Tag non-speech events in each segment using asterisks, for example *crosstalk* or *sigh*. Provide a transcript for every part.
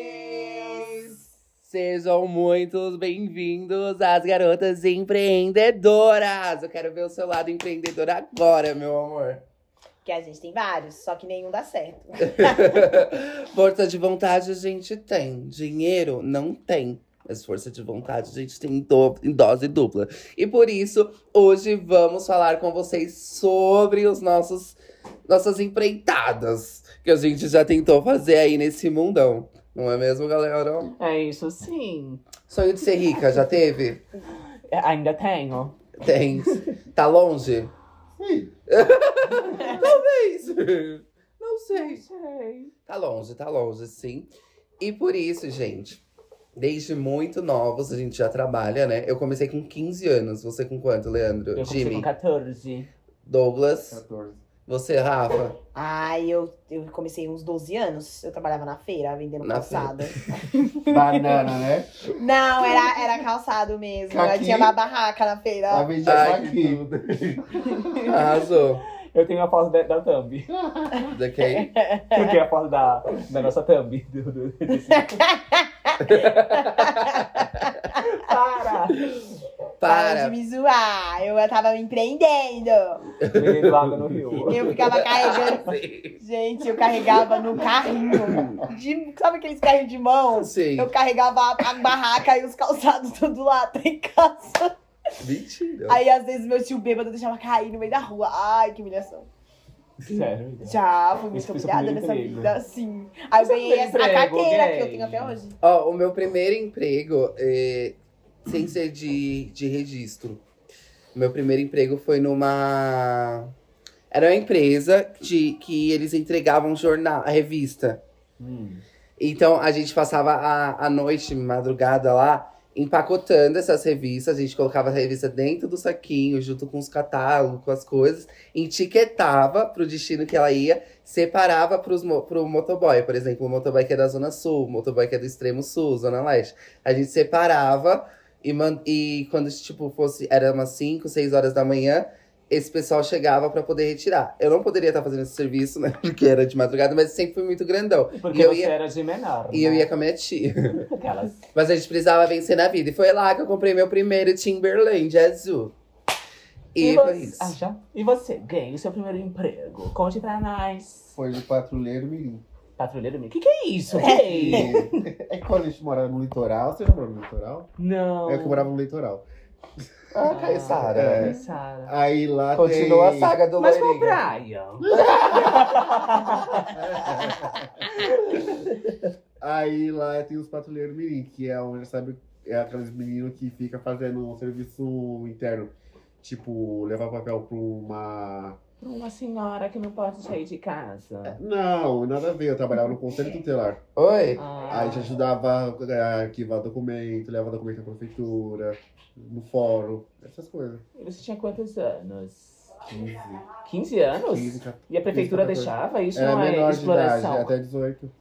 Pockets! Sejam muito bem-vindos às garotas empreendedoras! Eu quero ver o seu lado empreendedor agora, meu amor. Que a gente tem vários, só que nenhum dá certo. força de vontade a gente tem, dinheiro não tem. Mas força de vontade a gente tem em do- em dose dupla. E por isso, hoje vamos falar com vocês sobre os nossos nossas empreitadas que a gente já tentou fazer aí nesse mundão. Não é mesmo, galera? É isso sim. Sonho de ser rica, já teve? É, Ainda tenho. Tem. Tá longe? Sim. *laughs* Talvez. Não sei. Sei. Tá longe, tá longe, sim. E por isso, gente, desde muito novos a gente já trabalha, né? Eu comecei com 15 anos. Você com quanto, Leandro? Eu um comecei com Jimmy? 14. *laughs* Douglas? 14. Você, Rafa? Ai, eu, eu comecei uns 12 anos. Eu trabalhava na feira vendendo Na calçado. Banana, né? Não, era, era calçado mesmo. Ela Aqui? tinha uma barraca na A feira. vendi Ai, aqui. Arrasou. Eu tenho a foto da, da thumb. Ok? Eu tenho a foto da, da nossa thumb. Do- do- desse- *laughs* Para! *laughs* Para de Para. me zoar. Eu tava me empreendendo. Menino lago no rio. Eu ficava carregando. Gente, eu carregava no carrinho. de- sabe aqueles carrinhos de mão? Sim. Eu carregava a, a barraca e os calçados tudo lá tá em casa. Mentira. Aí às vezes meu tio bêbado deixava cair no meio da rua. Ai, que humilhação. Sério, então. amiga. Já fui muito Esse foi seu humilhada primeiro nessa emprego. vida, sim. Aí eu Você ganhei não essa tem a emprego, carteira que eu gay? tenho até hoje. Ó, o meu primeiro emprego, é, sem ser de, de registro, meu primeiro emprego foi numa. Era uma empresa de, que eles entregavam jornal, a revista. Hum. Então a gente passava a, a noite, madrugada lá, empacotando essas revistas. A gente colocava a revista dentro do saquinho, junto com os catálogos, com as coisas, etiquetava pro destino que ela ia, separava pros, mo- pro motoboy. Por exemplo, o motoboy que é da Zona Sul, o motoboy que é do Extremo Sul, Zona Leste. A gente separava e, man- e quando, tipo, fosse. Era umas 5, 6 horas da manhã. Esse pessoal chegava pra poder retirar. Eu não poderia estar fazendo esse serviço, né? *laughs* Porque era de madrugada, mas sempre fui muito grandão. Porque E eu você ia- era de menor. E né? eu ia com a minha tia. *laughs* Aquelas. Mas a gente precisava vencer na vida. E foi lá que eu comprei meu primeiro Timberland é azul. E, você... foi isso. Ah, já? E você, ganhe o seu primeiro emprego. Conte pra nós. Foi do patrulheiro mirim. Patrulheiro amigo. O que, que é isso? gay? É que quando a gente morava no litoral. Você já morava no litoral? Não. É que eu morava no litoral. Ah, Caissara. é. Sara. Aí lá Ah, Continua tem... a saga do Mas qual Loirinha. praia? Aí lá tem os patrulheiros mirim, que é onde, sabe, é aqueles meninos que fica fazendo um serviço interno. Tipo, levar papel pra uma... Uma senhora que não pode sair de casa. Não, nada a ver. Eu trabalhava no conselho tutelar. Oi? Ah, Aí a gente ajudava a arquivar documento, leva documento à prefeitura, no fórum, essas coisas. Você tinha quantos anos? 15, 15 anos? 15, 14. E a prefeitura 15, 14. deixava? Isso Era não é menor de idade, exploração. até 18.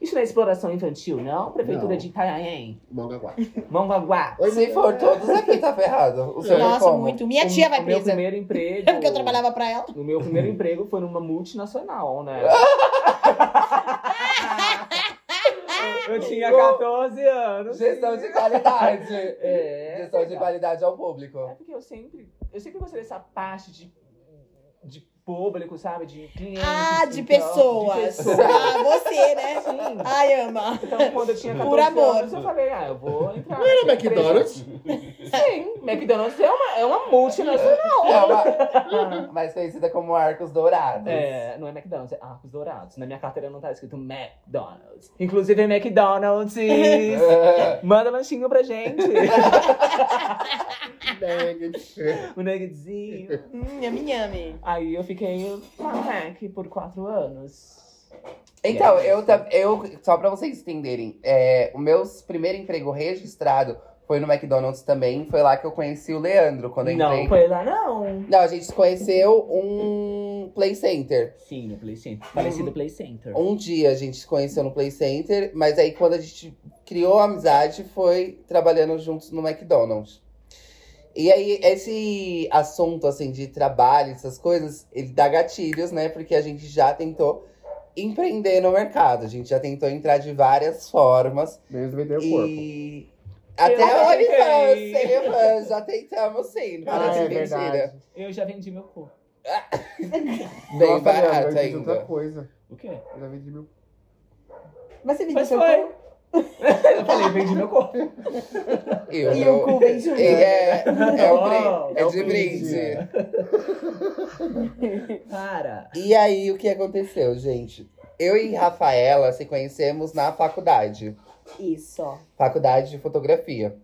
Isso não é exploração infantil, não? Prefeitura Não. de Itanhaém, Mangaguá. Mongaguá. Se for todos aqui, tá ferrado. O é senhor Nossa, como? muito. Minha O- tia vai é o meu presa. *laughs* primeiro emprego. É porque eu trabalhava pra ela. O meu primeiro emprego foi numa *laughs* multinacional, né? eu tinha 14 anos. Gestão de qualidade. É, Gestão de legal. qualidade ao É público. porque eu sempre, eu sempre gostei dessa parte de, de público, sabe? De clientes. Ah, de então, De pessoas. pessoas. *laughs* Ah, você, né? Sim. Ai, ama. Então, quando eu tinha 14 Por amor. anos, eu falei, ah, eu vou entrar. Não É era McDonald's? Sim, McDonald's é uma, é uma multinacional. É uma- mais conhecida como Arcos Dourados. É, não é McDonald's, é Arcos Dourados. Na minha carteira não tá escrito McDonald's. Inclusive, McDonald's, É. manda lanchinho pra gente. *laughs* Nugget. o nuggetzinho. Hum, yami, yami. Um Aí eu fiquei na Mac por quatro anos. Então, E aí? eu, tam- eu só pra vocês entenderem, é, o meu primeiro emprego registrado foi no McDonald's também. Foi lá que eu conheci o Leandro quando eu entrei. Não, foi lá não. Não, a gente se conheceu um Play Center. Sim, o Play Center. Falecido Play Center. Um dia a gente se conheceu no Play Center, mas aí quando a gente criou a amizade foi trabalhando juntos no McDonald's. E aí, esse assunto, assim, de trabalho, essas coisas, ele dá gatilhos, né? Porque a gente já tentou. empreender no mercado. A gente já tentou entrar de várias formas. Menos vender o corpo. E. Até Eu o tentei. OnlyFans, OnlyFans, já tentamos sim, Ah, para de é mentira. Eu já vendi meu corpo. Bem Nossa, Leandro, tá barato eu fiz ainda. outra coisa. O quê? Eu já vendi meu... Mas você vendeu Mas seu foi. cu? *laughs* eu falei, vendi meu *laughs* corpo. Eu E não- o cu vem junto. E é, é, *laughs* o Não, brinde, é, é o de brinde. brinde. *laughs* Para. E aí, o que aconteceu, gente? Eu e Rafaela se conhecemos na faculdade. Isso, ó. faculdade de fotografia.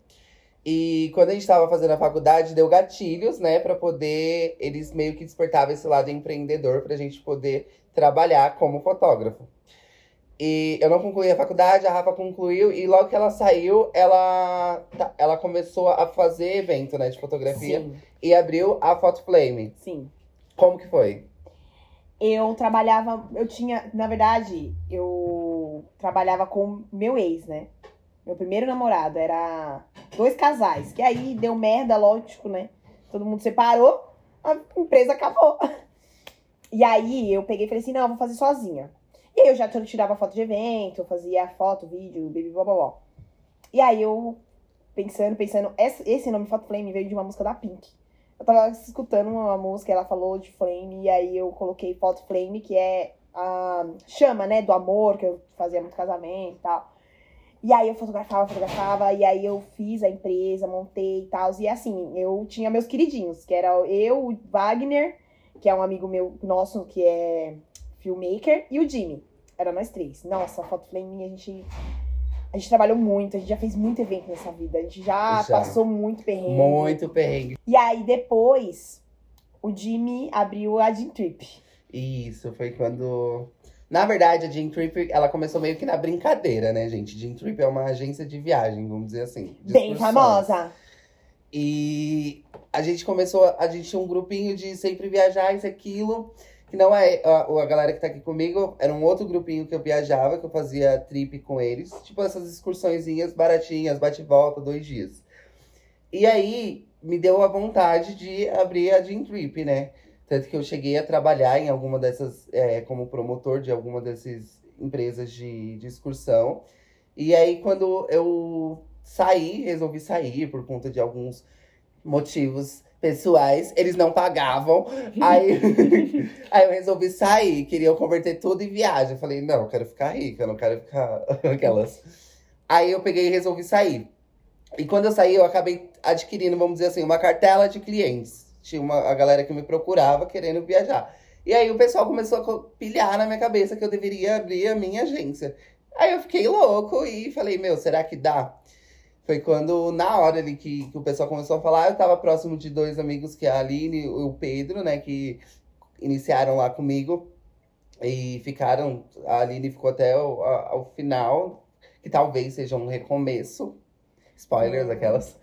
E quando a gente estava fazendo a faculdade, deu gatilhos, né, Pra poder eles meio que despertavam esse lado empreendedor pra gente poder trabalhar como fotógrafo. E eu não concluí a faculdade, a Rafa concluiu e logo que ela saiu, ela ta- ela começou a fazer evento, né, de fotografia Sim, e abriu a Foto Flame. sim. Como que foi? Eu trabalhava, eu tinha, na verdade, eu trabalhava com meu ex, né? Meu primeiro namorado era dois casais, que aí deu merda, lógico, né? Todo mundo separou, a empresa acabou. E aí eu peguei e falei assim: não, eu vou fazer sozinha. E aí eu já tirava foto de evento, eu fazia foto, vídeo, baby, blá blá blá. E aí eu, pensando, pensando, esse esse nome Foto Flame veio de uma música da Pink. Eu tava escutando uma música, ela falou de flame, e aí eu coloquei foto flame, que é a chama, né, do amor, que eu fazia muito casamento e tal. E aí eu fotografava, fotografava, e aí eu fiz a empresa, montei e tal. E assim, eu tinha meus queridinhos, que era eu, o Wagner, que é um amigo meu nosso, que é filmmaker, e o Jimmy. Era nós três. Nossa, a foto flame, a gente. A gente trabalhou muito, a gente já fez muito evento nessa vida. A gente já, Já. passou muito perrengue. Muito perrengue. E aí depois, o Jimmy abriu a Jim Trip. Isso, foi quando. Na verdade, a Jean Trip, ela começou meio que na brincadeira, né, gente? Jean Trip é uma agência de viagem, vamos dizer assim. de Bem excursões. famosa. E a gente começou, a gente tinha um grupinho de sempre viajar, isso, aquilo. Que não é a, a galera que tá aqui comigo, era um outro grupinho que eu viajava, que eu fazia trip com eles. Tipo essas excursõezinhas baratinhas, bate e volta, dois dias. E aí me deu a vontade de abrir a Jean Trip, né? Tanto que eu cheguei a trabalhar em alguma dessas, é, como promotor de alguma dessas empresas de, de excursão. E aí, quando eu saí, resolvi sair por conta de alguns motivos pessoais, eles não pagavam. Aí, aí eu resolvi sair, queria converter tudo em viagem. Eu falei, não, eu quero ficar rica, eu não quero ficar *laughs* aquelas. Aí eu peguei e resolvi sair. E quando eu saí, eu acabei adquirindo, vamos dizer assim, uma cartela de clientes. Tinha uma, a galera que me procurava querendo viajar. E aí o pessoal começou a co- pilhar na minha cabeça que eu deveria abrir a minha agência. Aí eu fiquei louco e falei, meu, será que dá? Foi quando, na hora ali que, que o pessoal começou a falar, eu tava próximo de dois amigos, que é a Aline e o Pedro, né, que iniciaram lá comigo. E ficaram, a Aline ficou até o, a- ao final, que talvez seja um recomeço. Spoilers, Hum. aquelas.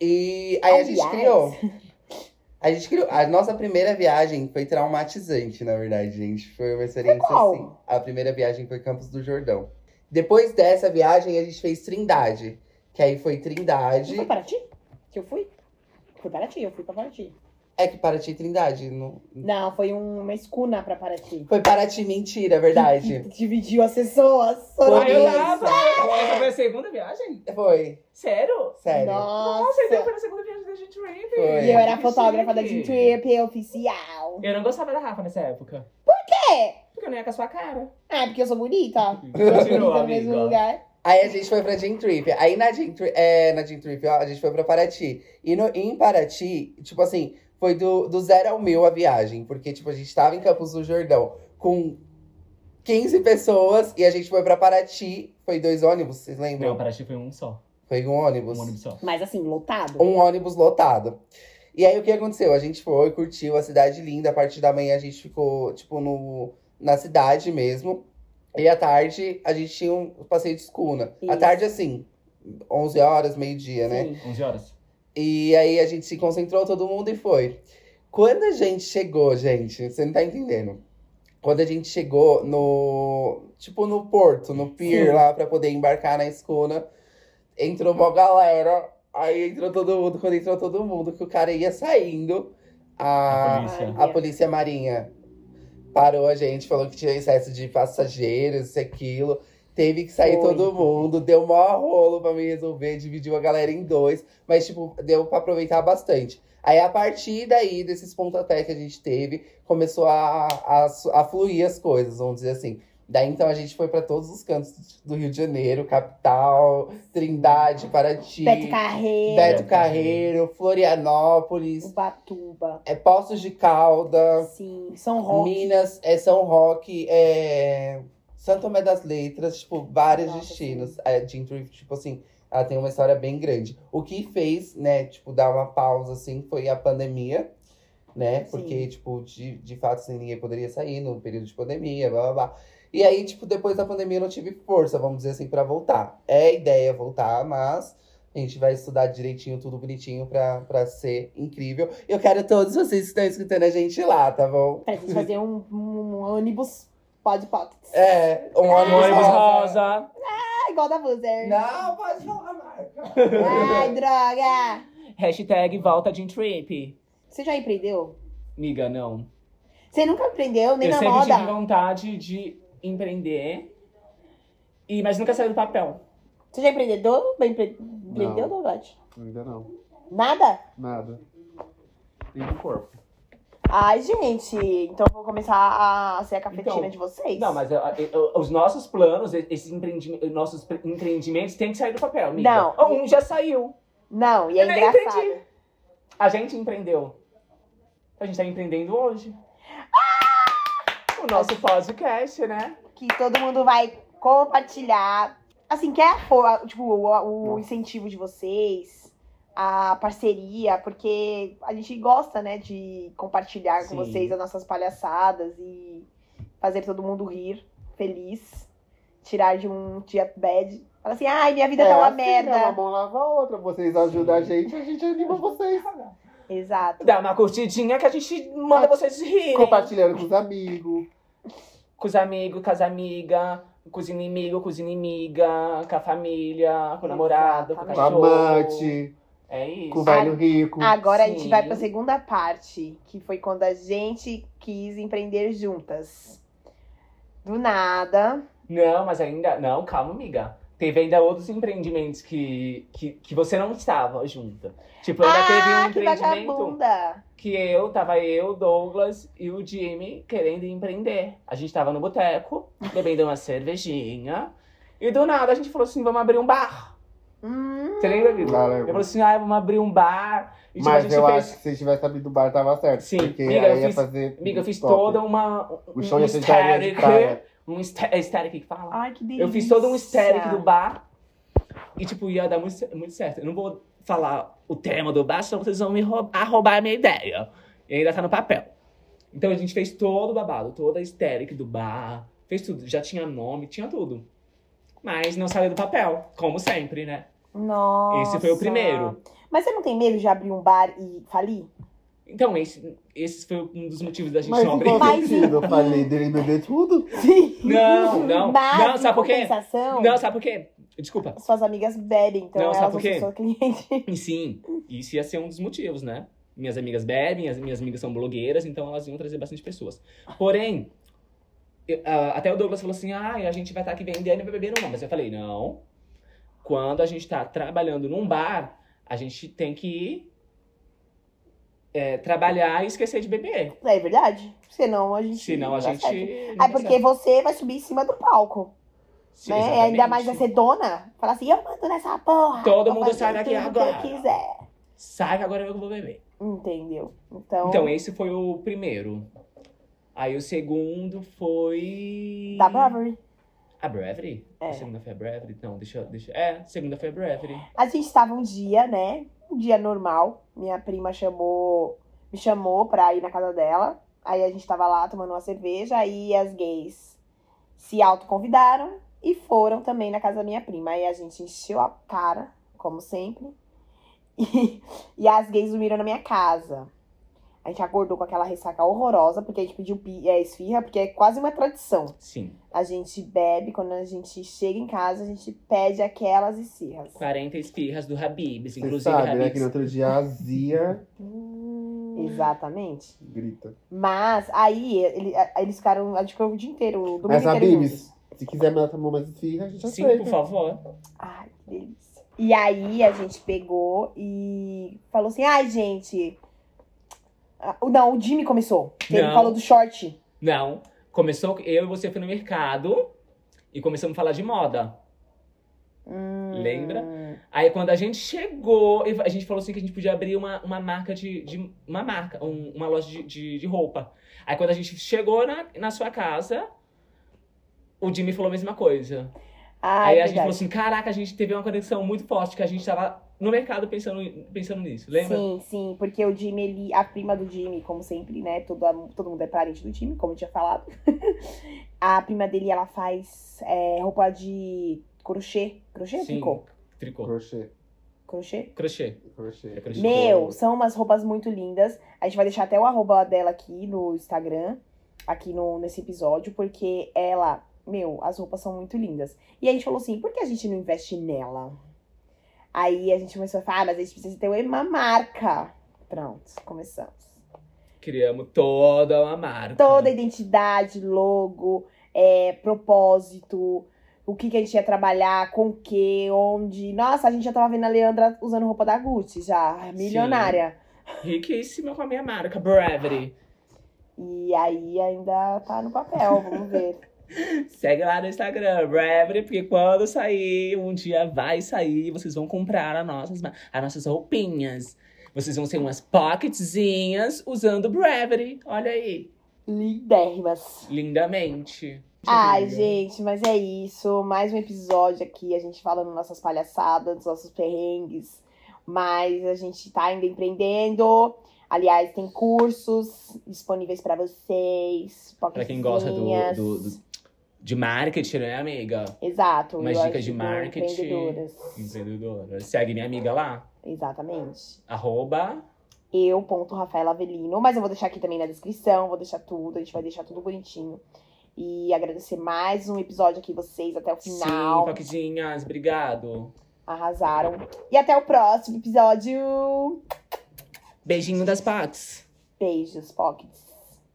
E aí a gente Aliás. criou. A gente criou. A nossa primeira viagem foi traumatizante, na verdade, gente. Foi uma experiência qual? assim. A primeira viagem foi Campos do Jordão. Depois dessa viagem, a gente fez Trindade. Que aí foi Não Trindade. foi para ti? Que eu fui? Foi para ti, eu fui pra Paraty. É que Paraty e Trindade. Não... Não, foi um- uma escuna pra Paraty. Foi Paraty, mentira, é *laughs* verdade. Dividiu as pessoas. foram Por Aí eu eles. isso. tava. Essa foi a segunda viagem? Foi, Sério? sério. Nossa. Nossa, então foi a segunda viagem da Jean Trip. Foi. E eu era Que fotógrafa da Jim chique. Trip oficial. Eu não gostava da Rafa nessa época. É. Porque eu não ia com a sua cara. Ah, porque eu *laughs* sou bonita. Bonita Continua, no mesmo amiga. lugar. Aí a gente foi pra Gin Trip. Aí na Gin Trip, é, na Gin Trip, ó, a gente foi pra Paraty. E no, em Paraty, tipo assim, foi do, do zero ao mil a viagem. Porque, tipo, a gente tava em Campos do Jordão com 15 pessoas e a gente foi pra Paraty. Foi dois ônibus, vocês lembram? Não, para ti foi um só. Foi um ônibus. Um ônibus só. Mas assim, lotado. um ônibus lotado. E aí o que aconteceu? A gente foi, curtiu a cidade linda. A partir da manhã a gente ficou, tipo, no, na cidade mesmo. E à tarde a gente tinha um passeio de escuna. À Isso. tarde, assim, 11 horas, meio-dia, né? Sim. 11 horas. E aí a gente se concentrou todo mundo e foi. Quando a gente chegou, gente, você não tá entendendo. Quando a gente chegou no, tipo no porto, no pier Sim. lá pra poder embarcar na escuna, entrou uma galera, aí entrou todo mundo, quando entrou todo mundo que o cara ia saindo, a Ah. Polícia. a polícia marinha parou a gente, falou que tinha excesso de passageiros, isso e aquilo. Teve que sair Foi. todo mundo, deu maior rolo pra me resolver, dividiu a galera em dois, mas, tipo, deu pra aproveitar bastante. Aí, a partir daí, desses pontapés que a gente teve, começou a, a, a fluir as coisas, vamos dizer assim. Daí, então, a gente foi pra todos os cantos do Rio de Janeiro, capital, Trindade, Paraty, Beto Carreiro, Beto Carreiro, Florianópolis, Ubatuba, é, Poços de Caldas. sim, São Roque. Minas, é São Roque, é Santo Tomé das Letras, tipo, vários Nossa, destinos. A Jean Thrift, tipo assim, ela tem uma história bem grande. O que fez, né, tipo, dar uma pausa, assim, foi a pandemia, né? Sim. Porque, tipo, de, de fato, assim, ninguém poderia sair no período de pandemia, blá, blá, blá. E aí, tipo, depois da pandemia eu não tive força, vamos dizer assim, pra voltar. É ideia voltar, mas... A gente vai estudar direitinho, tudo bonitinho pra, pra ser incrível. Eu quero todos vocês que estão escutando a gente lá, tá bom? Pra gente fazer um, um ônibus pod pockets. É, um Um ônibus ônibus rosa. rosa. Ah, igual da Buzzer. Não, pode falar, marca. *laughs* Ai, droga! Hashtag volta Jean Trip. Você já empreendeu? Miga, não. Você nunca empreendeu, nem eu na sempre moda? tive vontade de empreender, e, mas nunca saiu do papel. Você já empreendedor? Bem empre- Empreendeu, Dogote? Ainda não. Nada? Nada. Tem no corpo. Ai, gente, então eu vou começar a ser a cafetina Então, de vocês. Não, mas eu- eu- os nossos planos, esses empreendi- nossos pre- empreendimentos têm que sair do papel, amiga. Não. Ou Um já saiu. Não, e é Eu nem engraçado. entendi. A gente empreendeu. A gente tá empreendendo hoje. Ah! O nosso podcast, né? que todo mundo vai compartilhar. Assim, que é a fo- tipo, o, o incentivo de vocês, a parceria, porque a gente gosta, né, de compartilhar Sim. com vocês as nossas palhaçadas e fazer todo mundo rir, feliz, tirar de um dia bad. Fala assim, ai, minha vida tá uma assim, né? Uma merda. mão lava a outra. Vocês ajudam a gente, a gente anima vocês. Exato. Dá uma curtidinha que a gente manda vocês rirem. Compartilhando com os amigos. Com os amigos, com as amigas, com os inimigos, com os inimigas, com a família, com o namorado, com o Exatamente. Com cachorro. Ah, amante. É isso. Com o velho rico. Agora a Sim. gente vai pra segunda parte, que foi quando a gente quis empreender juntas. Do nada. Ah, Não, mas ainda. Não, calma, amiga. Teve ainda outros empreendimentos que, que, que você não estava junta. Tipo, ainda ah, teve um que empreendimento vagabunda! que eu, tava eu, Douglas e o Jimmy querendo empreender. A gente tava no boteco, bebendo uma cervejinha. E do nada a gente falou assim: vamos abrir um bar. Hum, Você lembra, amigo? Ah, Eu lembro. falei assim: ah, vamos abrir um bar. E tipo, a Mas gente eu fez. acho que se tivesse sabido do bar, tava certo. Sim, Porque amiga, aí eu ia fiz- fazer. Amiga, eu fiz top. toda uma. O um- show um ia ser de carinha de aesthetic, cara. Um este- aesthetic que fala. ai, que delícia! Eu fiz todo um aesthetic do bar. E, tipo, ia dar muito, cer- muito certo. Eu não vou falar o tema do bar, senão vocês vão me roubar, roubar a minha ideia. E ainda tá no papel. Então a gente fez todo o babado, toda a aesthetic do bar. Fez tudo. Já tinha nome, tinha tudo. Mas não saiu do papel, como sempre, né? Nossa! Esse foi o primeiro. Mas você não tem medo de abrir um bar e falir? Então, esse, esse foi um dos motivos da gente Mas não em abrir. qual Mas- sentido? Eu falei dele beber tudo. Sim! *laughs* Não, não. Mas, Não, sabe em por quê? compensação, Não, sabe por quê? Desculpa. Suas amigas bebem, então Não, elas sabe não por quê? são sua cliente. *laughs* E sim, isso ia ser um dos motivos, né? Minhas amigas bebem, as minhas amigas são blogueiras, então elas iam trazer bastante pessoas. Porém, eu- ah, até o Douglas falou assim: ah, a gente vai estar aqui vendendo e vai beber não. Mas eu falei: não. Quando a gente está trabalhando num bar, a gente tem que é, trabalhar e esquecer de beber. É verdade? Senão a gente. Senão a não dá gente. certo. não Ah, dá porque certo. você vai subir em cima do palco, Sim, né? exatamente. Ainda mais vai ser dona. Fala assim, eu mando nessa porra. Todo vou mundo fazer sai daqui tudo que agora. eu quiser. Sai que agora eu que vou beber. Entendeu? Então, Então, esse foi o primeiro. Aí o segundo foi. da Bravery. A Bravery? É. A segunda foi a Bravery? Não, deixa eu. Deixa... É, segunda foi a Bravery. A gente estava um dia, né? Um dia normal. Minha prima chamou, me chamou pra ir na casa dela. Aí a gente tava lá tomando uma cerveja. Aí as gays se autoconvidaram e foram também na casa da minha prima. Aí a gente encheu a cara, como sempre. *laughs* E, e as gays dormiram na minha casa. A gente acordou com aquela ressaca horrorosa, porque a gente pediu pi- é, esfirra, porque é quase uma tradição. Sim. A gente bebe, quando a gente chega em casa, a gente pede aquelas esfirras. 40 espirras do Habibs, Você inclusive sabe, né? Habibs. Que no outro dia a Zia Exatamente. Grita. Mas aí ele- eles ficaram, acho que foi o dia inteiro, o domingo Mas a inteiro juntos. Bibis, se quiser matar uma mais esfirra, a gente Sim, aceita. por favor. Ai, que delícia. E aí a gente pegou e falou assim: ai, gente. Ah, Não, o Jimmy começou. que Ele Não. falou do short. Não. Começou, eu e você foi no mercado e começamos a falar de moda. Hum. Lembra? Aí quando a gente chegou, eu- a gente falou assim que a gente podia abrir uma, uma marca de, de- Uma marca, um- uma loja de, de, de roupa. Aí quando a gente chegou na, na sua casa, o Jimmy falou a mesma coisa. Ah, Aí é a gente falou verdade. assim: caraca, a gente teve uma conexão muito forte, que a gente tava no mercado pensando, pensando nisso, lembra? Sim, sim, porque o Jimmy, ele, a prima do Jimmy, como sempre, né? Todo, todo mundo é parente do Jimmy, como eu tinha falado. *laughs* a prima dele, ela faz é, roupa de crochê. Crochê ou tricô? Tricô. Crochê. Crochê? Crochê. Crochê. É crochê. Meu, são umas roupas muito lindas. A gente vai deixar até o arroba dela aqui no Instagram, aqui no, nesse episódio, porque ela, meu, as roupas são muito lindas. E a gente falou assim, por que a gente não investe nela? Aí a gente começou a falar, ah, mas a gente precisa ter uma marca. Pronto, começamos. Criamos toda uma marca. Toda a identidade, logo, é, propósito, o que, que a gente ia trabalhar, com o que, onde. Nossa, a gente já tava vendo a Leandra usando roupa da Gucci já, milionária. Riquíssima com a minha marca, Brevity. E aí ainda tá no papel, vamos ver. Segue lá no Instagram, Brevity, porque quando sair, um dia vai sair, vocês vão comprar as nossas, ma- as nossas roupinhas. Vocês vão ser umas pocketzinhas usando Brevity. Olha aí. Lindérrimas. Lindamente. Ai, Amiga. gente, mas é isso. Mais um episódio aqui, a gente falando nossas palhaçadas, nossos perrengues. Mas a gente tá ainda empreendendo. Aliás, tem cursos disponíveis pra vocês. Pra quem gosta do, pocketzinhas. do- do- de marketing, né, amiga? Exato. Umas eu dicas de ajudo marketing. empreendedoras. Empreendedora. Segue minha amiga lá. Exatamente. Arroba. eu, ponto Rafael Avelino, mas eu vou deixar aqui também na descrição, vou deixar tudo, a gente vai deixar tudo bonitinho. E agradecer mais um episódio aqui vocês até o Sim, final. pocketzinhas. Obrigado. Arrasaram. E até o próximo episódio. Beijinho das patas. Beijos, pockets.